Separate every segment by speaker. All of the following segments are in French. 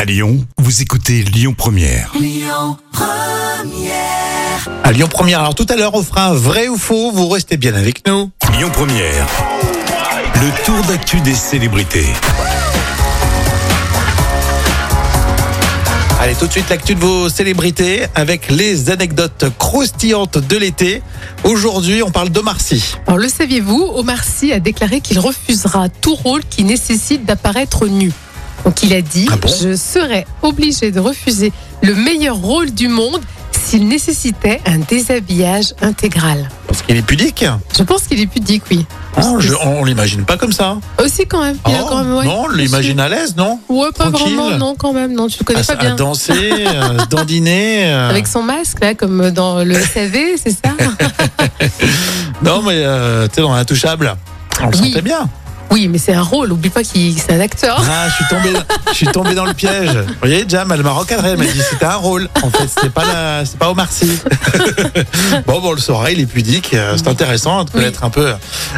Speaker 1: À Lyon, vous écoutez Lyon Première.
Speaker 2: à Lyon Première. Alors tout à l'heure, on fera un vrai ou faux. Vous restez bien avec nous.
Speaker 1: Lyon Première. Le tour d'actu des célébrités.
Speaker 2: Allez, tout de suite l'actu de vos célébrités avec les anecdotes croustillantes de l'été. Aujourd'hui, on parle de Marcy.
Speaker 3: Alors, le saviez-vous, Omar Sy a déclaré qu'il refusera tout rôle qui nécessite d'apparaître nu. Donc il a dit
Speaker 2: Ah bon
Speaker 3: Je serais obligé de refuser le meilleur rôle du monde s'il nécessitait un déshabillage intégral.
Speaker 2: Parce qu'il est pudique.
Speaker 3: Je pense qu'il est pudique, oui.
Speaker 2: Hein, Ah, je- on l'imagine pas comme ça.
Speaker 3: Aussi quand même. Il a
Speaker 2: Oh,
Speaker 3: quand même ouais,
Speaker 2: non, on l'imagine à l'aise, non
Speaker 3: Ouais, pas
Speaker 2: tranquille. Ah,
Speaker 3: vraiment, non, quand même. Non, tu le
Speaker 2: à,
Speaker 3: connais pas
Speaker 2: à
Speaker 3: bien.
Speaker 2: danser, à se dandiner. euh.
Speaker 3: Avec son masque, là, comme dans le SAV, c'est ça
Speaker 2: Non, mais euh, tu sais, dans l'intouchable. On le
Speaker 3: Oui. Oh.
Speaker 2: sentait bien.
Speaker 3: Oui, mais c'est un rôle. Oublie pas qu'il c'est un acteur.
Speaker 2: Ah, je suis tombé, je suis tombé dans le piège. Vous voyez, Jam, elle m'a recadré. Elle m'a dit c'était un rôle. En fait, c'était pas la, c'est pas Omar Sy. bon, bon, on le saura. Il est pudique. Euh, C'est intéressant de connaître un peu euh,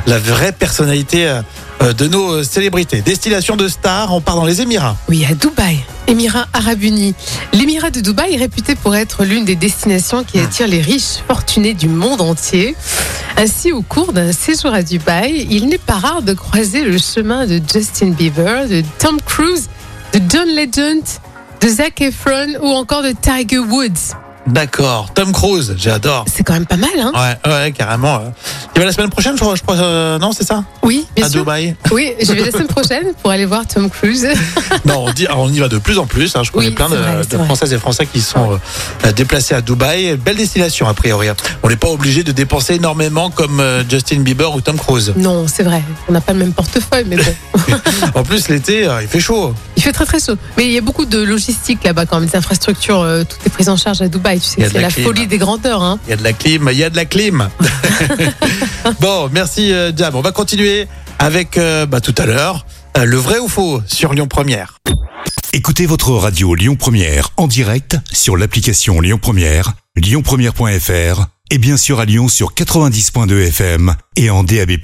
Speaker 2: la vraie personnalité euh, euh, de nos euh, célébrités. Destination de star. On part dans les Émirats.
Speaker 3: Oui, à Dubaï, Émirats Arabes Unis. L'Émirat de Dubaï est réputé pour être l'une des destinations qui attire les riches fortunés du monde entier. Ainsi, au cours d'un séjour à Dubaï, il n'est pas rare de croiser le chemin de Justin Bieber, de Tom Cruise, de John Legend, de Zac Efron ou encore de Tiger Woods.
Speaker 2: D'accord. Tom Cruise. J'adore.
Speaker 3: C'est quand même pas mal, hein
Speaker 2: Ouais, ouais, carrément. euh. Il va la semaine prochaine, je crois. je crois, euh, non, c'est ça
Speaker 3: Oui, bien
Speaker 2: À
Speaker 3: sûr.
Speaker 2: Dubaï.
Speaker 3: Oui, je vais la semaine prochaine pour aller voir Tom Cruise.
Speaker 2: Non, on, dit, alors, on y va de plus en plus. hein. Je connais
Speaker 3: Oui,
Speaker 2: plein de,
Speaker 3: c'est vrai, c'est
Speaker 2: de
Speaker 3: vrai.
Speaker 2: Françaises et Français qui sont euh, déplacés à Dubaï. Belle destination, a priori. hein. On n'est pas obligé de dépenser énormément comme euh, Justin Bieber ou Tom Cruise.
Speaker 3: Non, c'est vrai, on n'a pas le même portefeuille, mais bon.
Speaker 2: En plus, l'été, euh, il fait chaud.
Speaker 3: Il fait très très chaud. Mais il y a beaucoup de logistique là-bas quand même, des infrastructures, euh, tout est pris en charge à Dubaï. Tu sais
Speaker 2: Il y a
Speaker 3: que
Speaker 2: de
Speaker 3: c'est
Speaker 2: la
Speaker 3: la
Speaker 2: clim.
Speaker 3: folie des grandeurs. Hein.
Speaker 2: Il y a de la clim, il y a de la clim. bon, merci, euh, Jam. On va continuer avec, euh, bah, tout à l'heure, euh, le vrai ou faux sur Lyon Première.
Speaker 1: Écoutez votre radio Lyon Première en direct sur l'application Lyon Première, lyonpremière.fr et bien sûr à Lyon sur 90.2 FM et en DAB+.